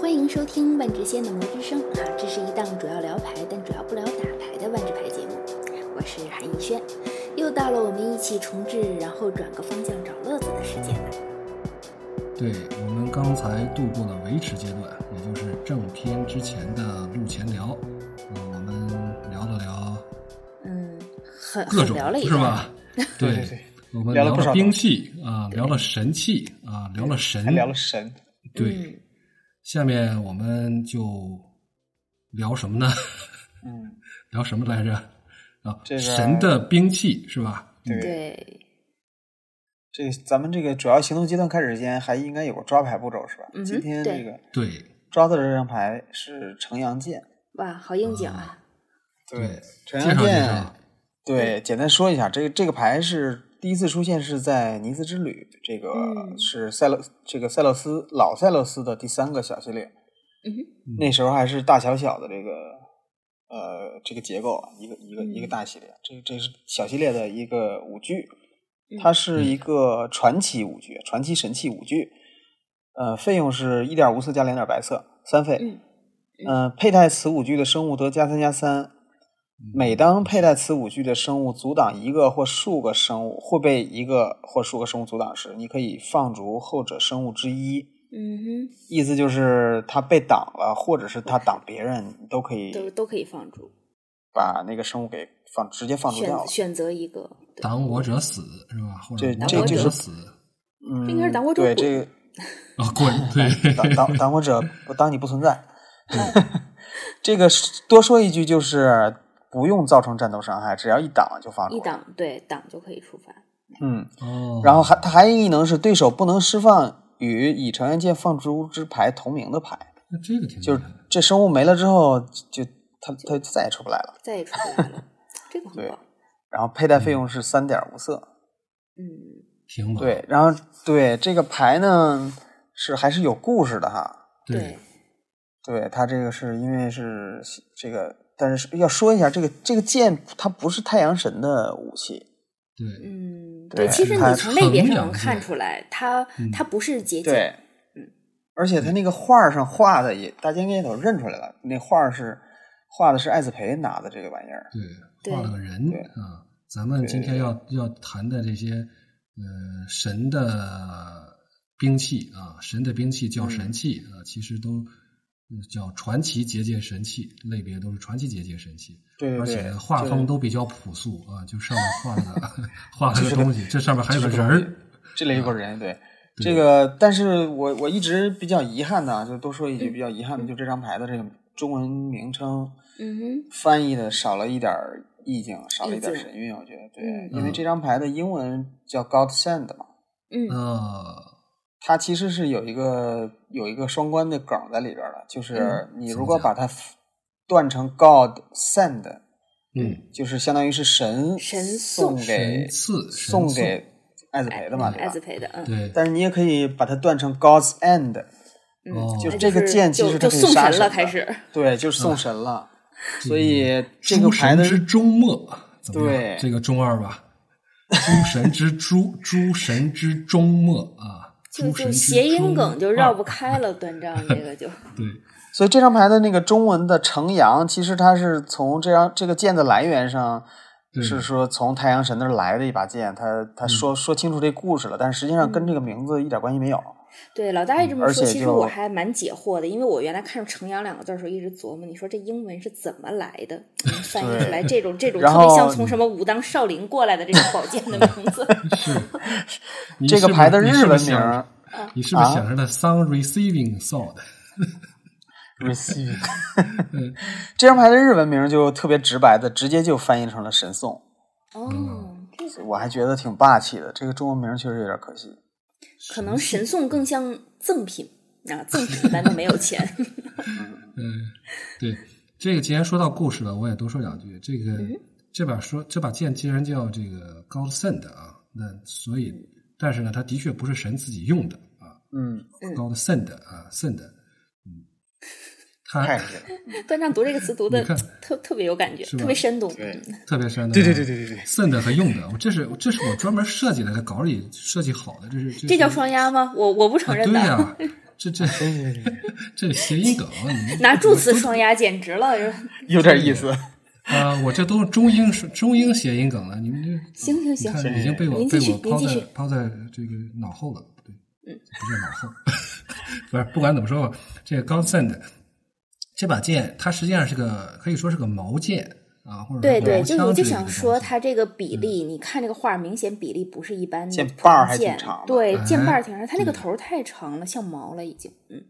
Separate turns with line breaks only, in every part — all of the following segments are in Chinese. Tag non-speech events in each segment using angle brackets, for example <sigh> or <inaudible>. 欢迎收听万智仙的魔之声啊，这是一档主要聊牌但主要不聊打牌的万智牌节目，我是韩逸轩，又到了我们一起重置然后转个方向找乐子的时间了。
对我们刚才度过了维持阶段，也就是正片之前的录前聊，嗯，我们聊了聊
嗯，很
各
很
种
啊聊了一
是
段
吧？
对对 <laughs> 对，
我们
聊了
聊
不少
了
东
兵器啊，聊了神器啊，聊了神
还，聊了神，
对。
嗯，
下面我们就聊什么呢？ <laughs>
嗯，
聊什么来着？啊，
这个
神的兵器是吧？
嗯
对。
对，
这个咱们这个主要行动阶段开始之前，还应该有个抓牌步骤是吧？
嗯哼
今天这个
对
抓到的这张牌是城阳剑，
哇，好应景啊！
对，
城
介
阳
绍介
剑
绍，，
嗯
对，简单说一下，这个这个牌是第一次出现是在尼斯之旅，这个
嗯
是塞勒这个塞勒斯老塞勒斯的第三个小系列，
嗯哼
那时候还是大小小的这个呃这个结构啊，一个一个、一个
嗯
大系列，这这是小系列的一个舞剧，
嗯
它是一个传奇舞剧，传奇神器舞剧，呃，费用是一点无色加两点白色，三费，
嗯
呃，佩戴此舞具的生物得加三加三。
嗯
每当佩戴此舞具的生物阻挡一个或数个生物，或被一个或数个生物阻挡时，你可以放逐后者生物之一。
嗯
意思就是他被挡了，或者是他挡别人，你都可
哼，
以
都都可以放逐，
把那个生物给放直接放逐掉
选
了。
选择一个，对
挡我者死是吧？或者
这
我
这
挡
就
者
是
死
嗯，
这应该是挡火者
对
滚
这个
啊，滚！对，
<laughs> 挡挡挡火者，我当你不存在。
哦
<laughs> 这个是多说一句就是不用造成战斗伤害，只要一挡就放逐。
一。挡对挡就可以触发。
嗯，
哦，
然后还它还有一异能是对手不能释放与已成员界放逐之牌同名的牌，
那这个挺厉
就是
害的
这生物没了之后就就它它就再也出不来了。
再也出不来 <laughs> 了，这个很
对
好。
然后佩戴费用是三点无色。
嗯
挺猛，
对，然后对这个牌呢是还是有故事的哈。
对，
对，它这个是因为是这个，但是要说一下，这个这个剑它不是太阳神的武器，
对，
嗯，
对
其实
它
你从类别上能
衡量一下
看出来，它
嗯
它不是捷径，
对，而且它那个画儿上画的也，大家应该都认出来了，那画儿是画的是艾子培拿的这个玩意儿，
对，画了个人
对
啊。咱们今天要要谈的这些，呃，神的兵器啊，神的兵器叫
嗯
神器啊，其实都呃叫传奇结界神器，类别都是传奇结界神器，
对对
而
对，
且画
这
风都比较朴素啊，就上面画了个 <laughs> 画了个东西，这上面还有
就
个
是
人
东
儿嗯
西，这里有个人，对
对
这个，但是我我一直比较遗憾的啊，就多说一句，比较遗憾的，就这张牌的这个中文名称
嗯
翻译的少了一点儿意境，少了一点儿
意境
神韵，我觉得对，
嗯
因为这张牌的英文叫 Godsend 嘛，
哼，嗯
啊，
它其实是有一个有一个双关的梗在里边儿的，就是
嗯
你如果把它断成 God send，
嗯，
就是相当于是神
神
送
送
给
神赐
送
神赐
给艾子培的嘛，对
艾
吧
子？培的，嗯，
对，
但是你也可以把它断成 God's end，
嗯
哦，
那
就
这个
是
剑
就
其实
就
它可以
送
杀
神了，
神
开
的 <laughs>
始，
对，就是送神了。
这
所以这个
诸
牌
嗯神
的
之周末，怎么样
对
这个中二吧，诸神之诸， <laughs> 诸神之周末啊，
就
诸神
就
之啊
谐音梗就绕不
开。
开了，断章这个
<laughs>
就，
对，
所以这张牌的那个中文的城阳，其实它是从这张这个剑的来源上，
对嗯
是说从太阳神那儿来的一把剑。他他说、说清楚这故事了，但是实际上跟这个名字一点关系没有。
对老大爷这么
嗯而
说，
且
其实
就
我还蛮解惑的，因为我原来看“城阳”两个字的时候，一直琢磨，你说这英文是怎么来的？翻译出来这种这种
然
特别
后
像从什么武当少林过来的这种宝剑的名
<laughs>
字，
你
这
是
个
不
牌的
你
日
是不
文
是
名
想
儿
你是不是
啊
想着的 “sun receiving sword”？
<laughs>
<laughs>
receive，这
嗯
<laughs> 张牌的日文名就特别直白的，直接就翻译成了神送。
哦，这个
我还觉得挺霸气的，这个中文名确实有点可惜。
可能神送更像赠品啊，赠品难道没有钱？
嗯，对，这个既然说到故事了，我也多说两句。这个、
嗯
这把说这把剑既然叫这个 God send 啊，那所以但是呢，它的确不是神自己用的啊
嗯，
，God send 啊，send，嗯，它
太厉害了。
段章读这个词读的
你看
特特别有感觉，
是吧
特别生动。嗯
对
特别深的，
对对对对对对
，send 和用的，我这是这是我专门设计的，在稿里设计好的，这是
这叫
是
双压吗？我我不承
啊，
认
对
的。
呀、这
<laughs>
这 <laughs> 这谐音梗，啊你
拿助词双押简直了，
有点意思。
啊，我这都是中英中英谐音梗了，你们这
行行行
你看已经被我
您
被
继续
我抛
您继
在
续嗯
抛在这个脑后了，对，不是脑后， <laughs> 不是不管怎么说吧，这个 g o s e n d 这把剑，它实际上是个可以说是个矛剑啊，或者
对
是
对，
毛
就是
枪
我就
之类的
想
东西
说，它这个比例，
嗯
你看这个画儿，明显比例不是一般的
剑把儿还
剑
挺长的
对，剑把
哎
儿挺长，它那个
对
头儿太长了，像毛了已经。嗯，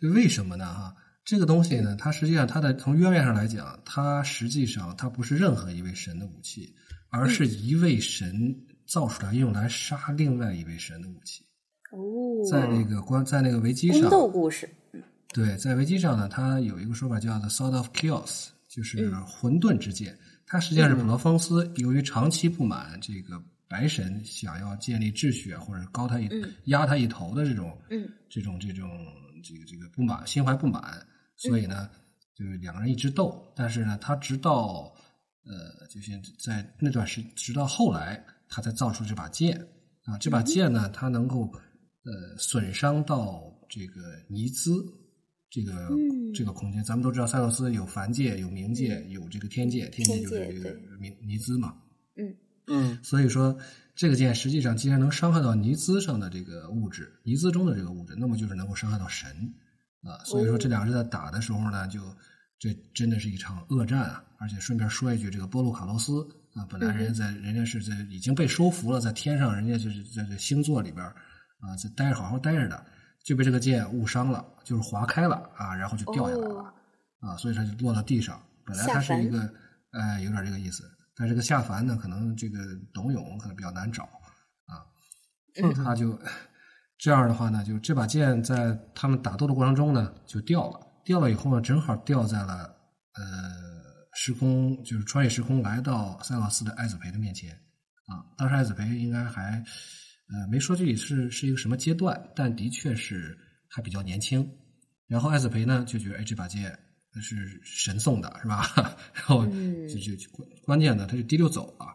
对，
为什么呢？哈，这个东西呢，它实际上它的从渊源上来讲，它实际上它不是任何一位神的武器，而是一位神造出来用来杀另外一位神的武器。在
哦，
那个关在那个维基
宫
上，
斗故事，
对，在维基上呢，它有一个说法叫做 “sword of chaos”，就是
嗯
混沌之剑。它实际上是普罗方斯由于长期不满这个白神想要建立秩序啊，或者高他一、
嗯
压他一头的这种
嗯
这种这种这个这个不满，心怀不满，所以
嗯
呢，就是两个人一直斗。但是呢，他直到呃，就是在那段时，直到后来，他才造出这把剑啊。
嗯
这把剑呢，它能够呃损伤到这个尼兹这个、
嗯
这个空间。咱们都知道，赛洛斯有凡界，有冥界，有这个天界，天界
天
就是
界
这个
对
冥尼兹嘛。
嗯
所以说，这个剑实际上既然能伤害到尼兹上的这个物质，尼兹中的这个物质，那么就是能够伤害到神啊。所以说，这两个人在打的时候呢，就这真的是一场恶战啊！而且顺便说一句，这个波洛卡洛斯啊，本来人家在人家是在已经被收服了，在天上，人家就是在这星座里边啊，在待着好好待着的，就被这个剑误伤了，就是划开了啊，然后就掉下来了。
哦，
啊，所以它就落到地上。本来
下
它是
凡
一个，呃，有点这个意思。但这个下凡呢，可能这个董永可能比较难找啊，
嗯
他就这样的话呢，就这把剑在他们打斗的过程中呢，就掉了。掉了以后呢，正好掉在了呃时空，就是穿越时空来到塞老斯的艾子培的面前啊。当时艾子培应该还呃没说具体是是一个什么阶段，但的确是还比较年轻。然后艾子培呢就觉得，哎，这把剑是神送的，是吧？ <laughs> 然后
嗯
就就就关关键呢，他就提溜走了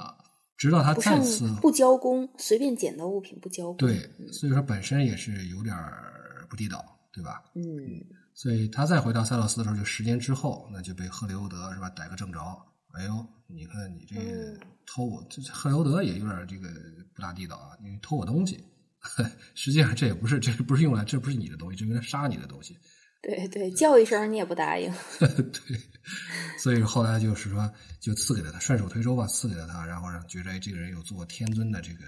啊，直到他
不
再
上
次
不嗯交工，随便捡到物品不交工。
对，所以说本身也是有点儿不地道，对吧？
嗯，
所以他再回到塞勒斯的时候，就十年之后，那就被赫利欧德是吧逮个正着。哎呦，你看你这
嗯
偷我，这赫利欧德也有点这个不大地道啊，你偷我东西。 <laughs> 实际上这也不是，这不是用来，这不是你的东西，这是用来杀你的东西。
对对，叫一声你也不答应。
对，所以后来就是说，就赐给了他，顺手推舟吧，赐给了他，然后让觉得哎，这个人有做天尊的这个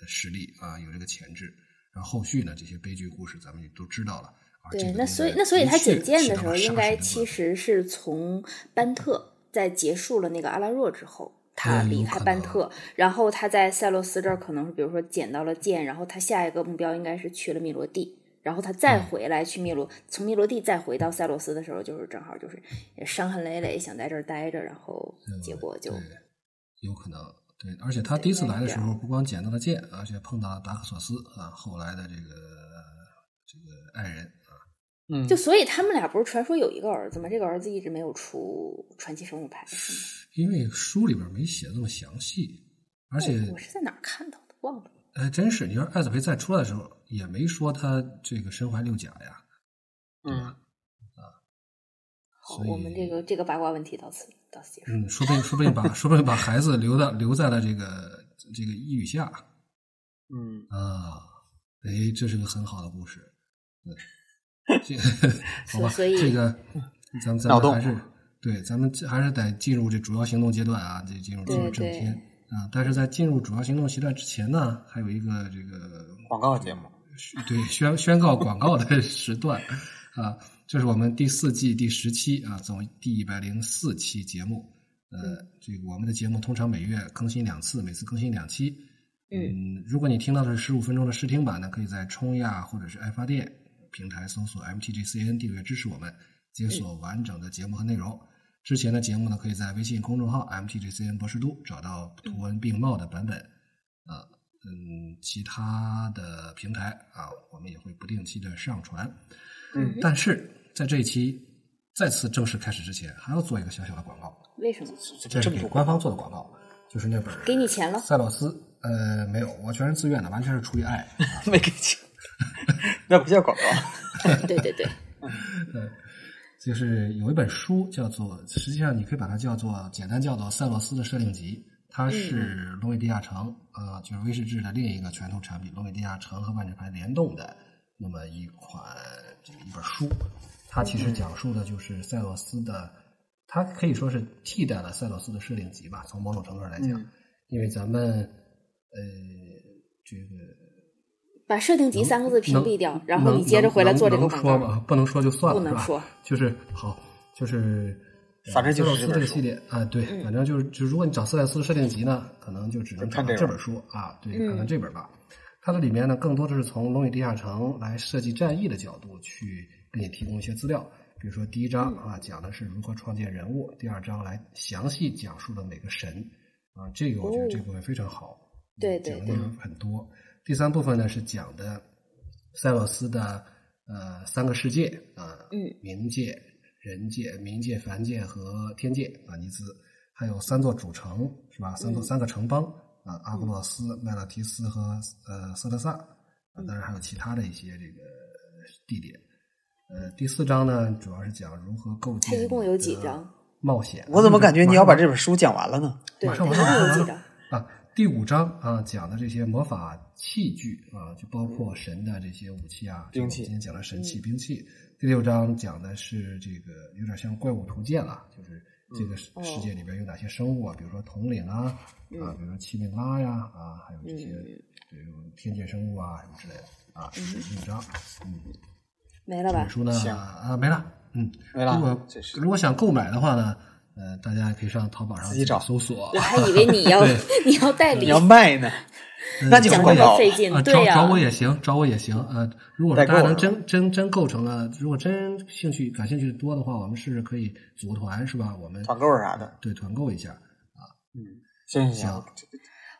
呃实力啊，有这个潜质。然后后续呢，这些悲剧故事咱们也都知道了。啊这
对，
个
那
东西
所以那所以他
确
捡剑
起
的
到
时候，
了
应
杀
该
神的作
其
用
实是从班特在结束了那个阿拉若之后，他
嗯有
离
可
开
能
班特，然后他在塞洛斯这儿可能是比如说捡到了剑，然后他下一个目标应该是去了密罗地。然后他
嗯
再回来去密罗，从密罗地再回到塞洛斯的时候，就是正好就是也伤痕累累，想在这儿待着，然后结果就
嗯对，有可能对，而且他第一次来的时候，不光捡到了剑，而且碰到了达克索斯啊，后来的这个这个爱人
嗯
就所以他们俩不是传说有一个儿子吗？这个儿子一直没有出传奇生物牌，是吗？
因为书里边没写那么详细，而且
哎我是在哪儿看到的？忘了。
还真是，你说艾子培再出来的时候，也没说他这个身怀六甲呀，
嗯，
好
所，以
我们这个这个八卦问题到此到此结束。
嗯，说不定说不定 <laughs> 把说不定把孩子留到留在了这个这个抑郁下
嗯，
啊，哎，这是个很好的故事，嗯，
<laughs>
这好吧，
所以
这个咱们咱
脑
们
洞
还是对，咱们还是得进入这主要行动阶段啊，得进入进入
对
正
对
片啊，但是在进入主要行动阶段之前呢，还有一个这个
广告节目，
对宣宣告广告的时段啊，这是我们第四季第十期啊，总第一百零四期节目。呃
嗯，
这个我们的节目通常每月更新两次，每次更新两期。
嗯，
嗯，如果你听到的是十五分钟的试听版呢，可以在冲亚或者是爱发电平台搜索 MTGCN 订阅支持我们，解锁完整的节目和内容。之前的节目呢，可以在微信公众号 MTGCN 博士都找到图文并茂的版本。啊，嗯，其他的平台啊，我们也会不定期的上传。
嗯
但是在这一期再次正式开始之前，还要做一个小小的广告，
为什么？
这是给官方做的广告，就是那本
给你钱了？
塞洛斯，呃，没有，我全是自愿的，完全是出于爱。
没给钱， <laughs> 那不叫广
<laughs>
告。
对对
<laughs>
对，
就是有一本书叫做，实际上你可以把它叫做简单叫做《塞勒斯的设定
嗯
集》，它是隆美地亚城啊、呃就是威士忌的另一个传统产品——隆美地亚城和万智牌联动的那么一款这个一本书。它
嗯
其实讲述的就是塞勒斯的，它可以说是替代了塞勒斯的设定集吧，从某种程度上来讲，
嗯
因为咱们呃这个
把设定集三个字屏蔽掉
能，
然后你接着回来做这个
能能
广
说
告。
吗？不能说就算了，
不能
是吧
说，
就是好，就是。呃
反正就是
斯
这本
这个
书
系列啊，对，
嗯
反正就是，就如果你找斯莱斯设定集呢，可能就只能
就看
找到
这
这
本
本书啊，对，
嗯
看看这本吧。它这里面呢，更多的是从龙与地下城来设计战役的角度去给你提供一些资料。比如说第一章
嗯
啊，讲的是如何创建人物；第二章来详细讲述了每个神啊，这个我觉
哦
得这部分非常好，
对对
嗯讲的
对
内容很多。第三部分呢是讲的塞勒斯的呃三个世界啊，
嗯，
冥界、人界、冥界、凡界和天界啊，尼兹，还有三座主城是吧？三座、
嗯
三个城邦啊，阿波洛斯、麦勒提斯和呃色特萨啊，当然还有其他的一些这个地点。呃，第四章呢，主要是讲如何构建。
它一共有几章？
冒险？啊
我怎么感觉
嗯
你要把
马上
这本书讲完了呢？
对，
马
它
上
一
马上
共有
<laughs> 马
几
上
章？
啊，第五章啊讲的这些魔法器具啊，就包括神的这些武器啊，
兵器
就
嗯
我们今天讲的神器、兵器。第六章讲的是这个有点像怪物图鉴了，就是这
嗯
个世
哦
世界里边有哪些生物啊，比如说统领啊，
嗯
啊，比如说七命拉呀，啊，还有这些
嗯
这种天界生物啊什么之类的啊，这是第六章。嗯，
没了
这
吧
本？书呢
行
啊没了，嗯，
没了
如果
这是
嗯
如果想购买的话呢，呃，大家可以上淘宝上
自己找
搜索
<laughs>
啊
我。还以为你要你要代
你
理，
要卖呢，那就
嗯讲
广
这
告
么。费劲
啊，，
对
找
呀
找我。也行，找我也行。呃，如果
代
大
购
家
是
能
吧
真真真构成了，如果真兴趣感兴趣多的话，我们是可以组个团，是吧？我们
团购啥的，
对，团购一下。
行行
行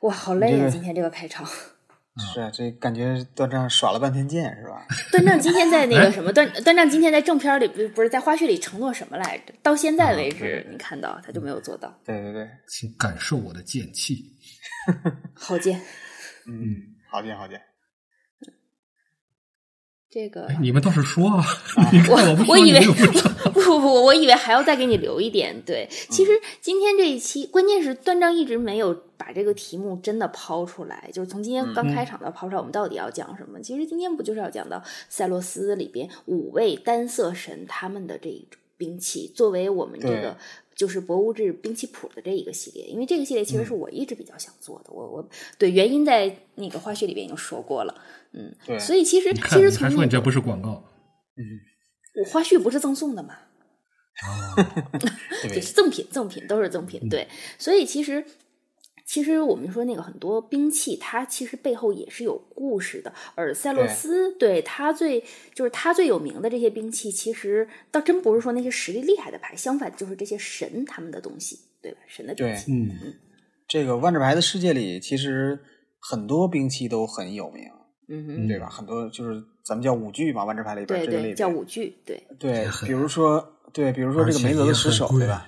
哇，好累
你
呀！
这个
今天这个开场，嗯
是啊，这感觉段章耍了半天剑是吧？
段正今天在那个什么，段段正今天在正片里不是不是在花絮里承诺什么来着？到现
啊
在为止，你看到他就没有做到，
对对对，
请感受我的剑气。
好贱。
嗯，好剑好剑，
这个
哎，你们倒是说啊！ <laughs> 你看我不说，
我以为
你们不
不
说
<laughs> 不不，我以为还要再给你留一点。对，其
嗯
实今天这一期，关键是段章一直没有把这个题目真的抛出来，就是从今天刚开场到抛出来，我们到底要讲什么？其实今天不就是要讲到塞洛斯里边五位单色神他们的这一种兵器，作为我们这
对
个。就是博物志兵器谱的这一个系列，因为这个系列其实
嗯
是我一直比较想做的。我我对原因在那个花絮里边已经说过了，嗯，
对，
所以其实
你
其
看，
实
你还
从
说
那
你这
个
不是广
<laughs>
告？
我花絮不是赠送的嘛，
对
对，赠品赠品都是赠
嗯
品，对，所以其实。其实我们说那个很多兵器，它其实背后也是有故事的。而塞洛
对
斯对他最就是他最有名的这些兵器，其实倒真不是说那些实力厉害的牌，相反就是这些神他们的东西，对吧？神的东
对
西，
嗯，
这个万智牌的世界里，其实很多兵器都很有名，
嗯哼，
嗯
对吧？很多就是咱们叫武具嘛，万智牌里边
对
这个类别
对，叫武具，对，
对
也，很
比如说对，比如说这个梅泽的石手，
而且也很贵啊
对吧？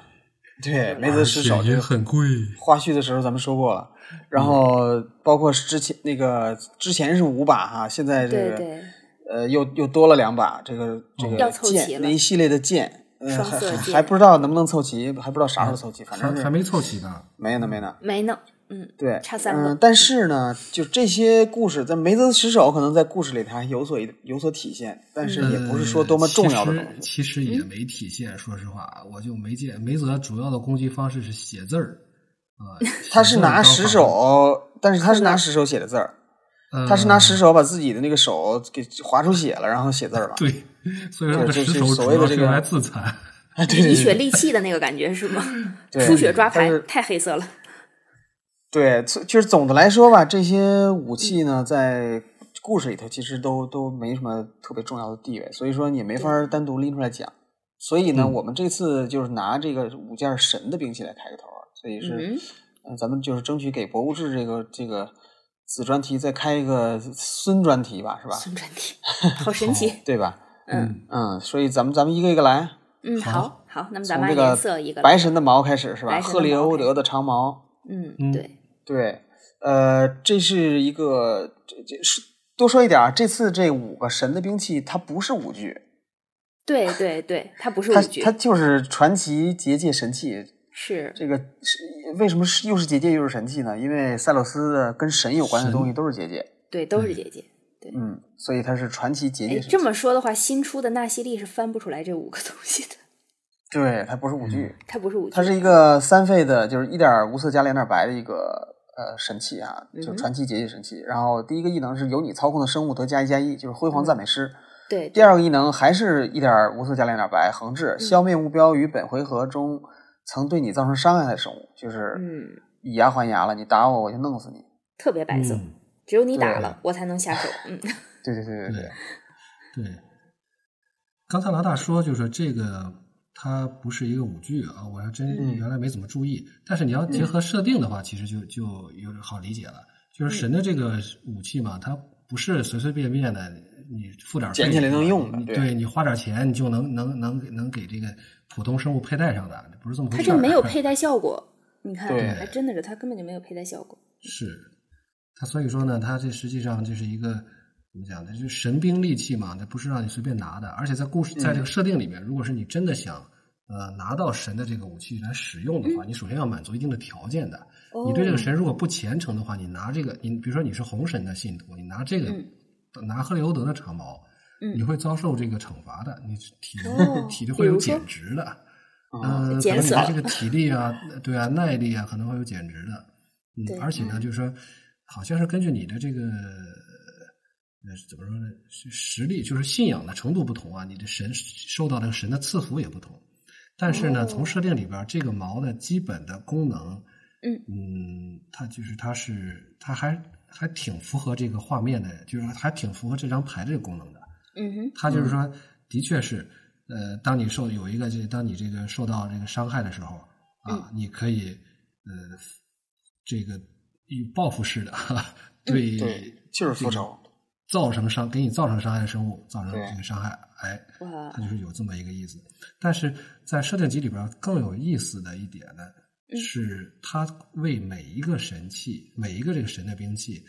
对，梅泽的石手
而且也嗯很贵。
花絮的时候咱们说过了，然后包括之前那个之前是五把哈，现在这
对
个
对
呃又又多了两把，这
嗯
个这个
要凑齐
剑
了
那一系列的剑，呃
双
还
色
还
剑
还不知道能不能凑齐，还不知道啥时候凑齐，反
嗯还
正是
还没凑齐呢，
没呢没呢。
没呢，嗯，
对，
差三个
嗯但是呢，就这些故事，在梅泽石手可能在故事里它还有所有所体现，但是也不是说多么重要的东
呃
西。
其实其实
嗯
也没体现，说实话，我就没见梅泽主要的攻击方式是写字儿
<laughs>
啊，
他是拿
写
石
字儿高
手，但是他是拿石手写的字儿，
法，呃
他是拿石手把自己的那个手给划出血了，然后写字儿吧。
对，所以说
对
这
就是
石手
所
主
谓的
要
这
是
个
用来自残。
哎 <laughs> 对
以
对
血
对
利器的那个感觉是吗？
对
出血抓
但
牌
是
太黑色了，
对，所就是总的来说吧，这些武器呢，在故事里头其实都都没什么特别重要的地位，所以说你没法儿单独拎出来讲。所以呢，
嗯
我们这次就是拿这个五件神的兵器来开个头儿，所以是。
嗯，
嗯，咱们就是争取给博物志这个这个子专题再开一个孙专题吧，是吧？ <laughs>
孙传体，好神奇，
对吧？
嗯
嗯，所以咱们咱们一个一个来，
嗯，好好，那么咱
从
们
这
按颜色一个
个白
来
神的毛开始是吧？
白神的
赫利
毛
欧
开
德的长毛，
嗯，
嗯
对，
对，呃，这是一个这这是。多说一点啊，这次这五个神的兵器它不是武具，
对对对，它不是
它
武具
它，就是传奇结界神器。
是
这个是为什么是又是结界又是神器呢？因为塞勒斯的跟神有关的
神
东西都是结界，
对，都是结界。
嗯，所以它是传奇结
哎
界，神器。
这么说的话，新出的纳西利是翻不出来这五个东西的，
对，它不是武具，
它不是武具，
它是一个三费的，就是一点无色加两点白的一个呃神器啊，就
嗯
传奇结界神器。然后第一个异能是由你操控的生物得加一加一，就是辉
嗯
煌赞美诗。
对
第二个异能还是一点无色加两点白，横
嗯
置，消灭目标于本回合中曾对你造成伤害的生物，就是
嗯
以牙还牙了，你打我我就弄死你。
特别白色，
嗯
只有你打
对
了我才能下手。嗯，
对对对对对，
对，刚才老大说，就是这个它不是一个舞剧啊，我还真
嗯
原来没怎么注意。但是你要结合设定的话，其实就就有好理解了。
嗯
就是神的这个武器嘛，它不是随随便便的，你付点费
捡起来能用的
你
对
对你花点钱，你就能能能能给这个普通生物佩戴上的，不是这么啊回
它
事
这
儿。
没
<laughs>
有佩戴效果，你看，
对
还真的是它根本就没有佩戴效果。
是，它所以说呢，它这实际上就是一个怎么讲呢？就是神兵利器嘛，这不是让你随便拿的。而且在故事，在
嗯
这个设定里面，如果是你真的想呃拿到神的这个武器来使用的话，你首先要满足一定的条件的。
嗯哦
你对这个神如果不虔诚的话，你拿这个，你比如说你是红神的信徒，你拿这个、
嗯
拿赫利欧德的长矛，
嗯
你会遭受这个惩罚的，你体力、 <laughs>
哦
体力会有
比如说
减值的。
嗯
嗯，可
减
能你
损了
的这个体力啊，对啊，耐力啊，可能会有减值的。
对
嗯，而且呢，就是说，好像是根据你的这个呃怎么说呢，是实力就是信仰的程度不同啊，你的神受到的神的赐福也不同。但是呢，
哦
从设定里边儿，这个矛的基本的功能，
嗯
嗯，它就是它是它还还挺符合这个画面的，就是还挺符合这张牌这个功能的。
嗯哼，
他就是说，的确是，呃，当你受有一个这，当你这个受到这个伤害的时候
嗯
啊，你可以呃，这个以报复式的 <laughs> 对
嗯对，就是复仇。
造成伤给你造成伤害的生物造成
对
这个伤害，哎，
哇
它，就是有这么一个意思。但是在设定集里边更有意思的一点呢，
嗯
是它为每一个神器、每一个这个神的兵器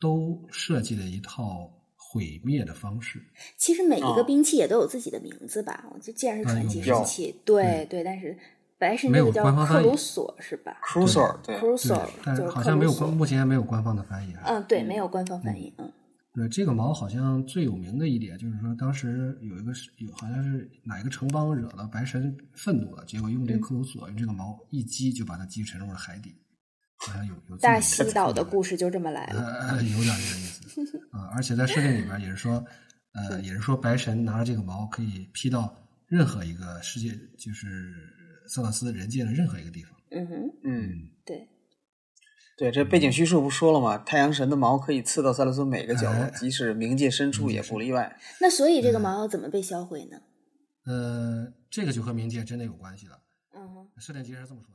都设计了一套毁灭的方式。
其实每一
啊
个兵器也都有自己的名字吧？我就既然是
哦啊
传
有
奇
名
神
字
器，对对，但是白神那
没有
个叫
官方
克
翻译
鲁索是吧
Cruiser，对，嗯
对
Crusoe，，
但
就是
好
克
像没
鲁
有官，
索。
目前还没有官方的翻译啊。
嗯，对，没有官方翻译。嗯，
对，这个毛好像最有名的一点就是说，当时有一个是有好像是哪一个城邦惹了白神愤怒了，结果
嗯
用这个克鲁索、用这个毛一击就把他击沉入了海底。好像有有
大西岛的
事，
故事就这么来了。
呃，有点这个意思啊、而且在设定里边也是说，呃，也是说白神拿着这个毛可以劈到任何一个世界，就是塞勒斯人界的任何一个地方。
嗯哼，
嗯，
对，
对，这背景叙述不说了吗？太阳神的矛可以刺到塞勒斯每个角落，
哎
即使冥界深处也不例外。
那所以这个矛要怎么被销毁呢？
呃，这个就和冥界真的有关系了。
嗯哼，
设定集上是这么说的。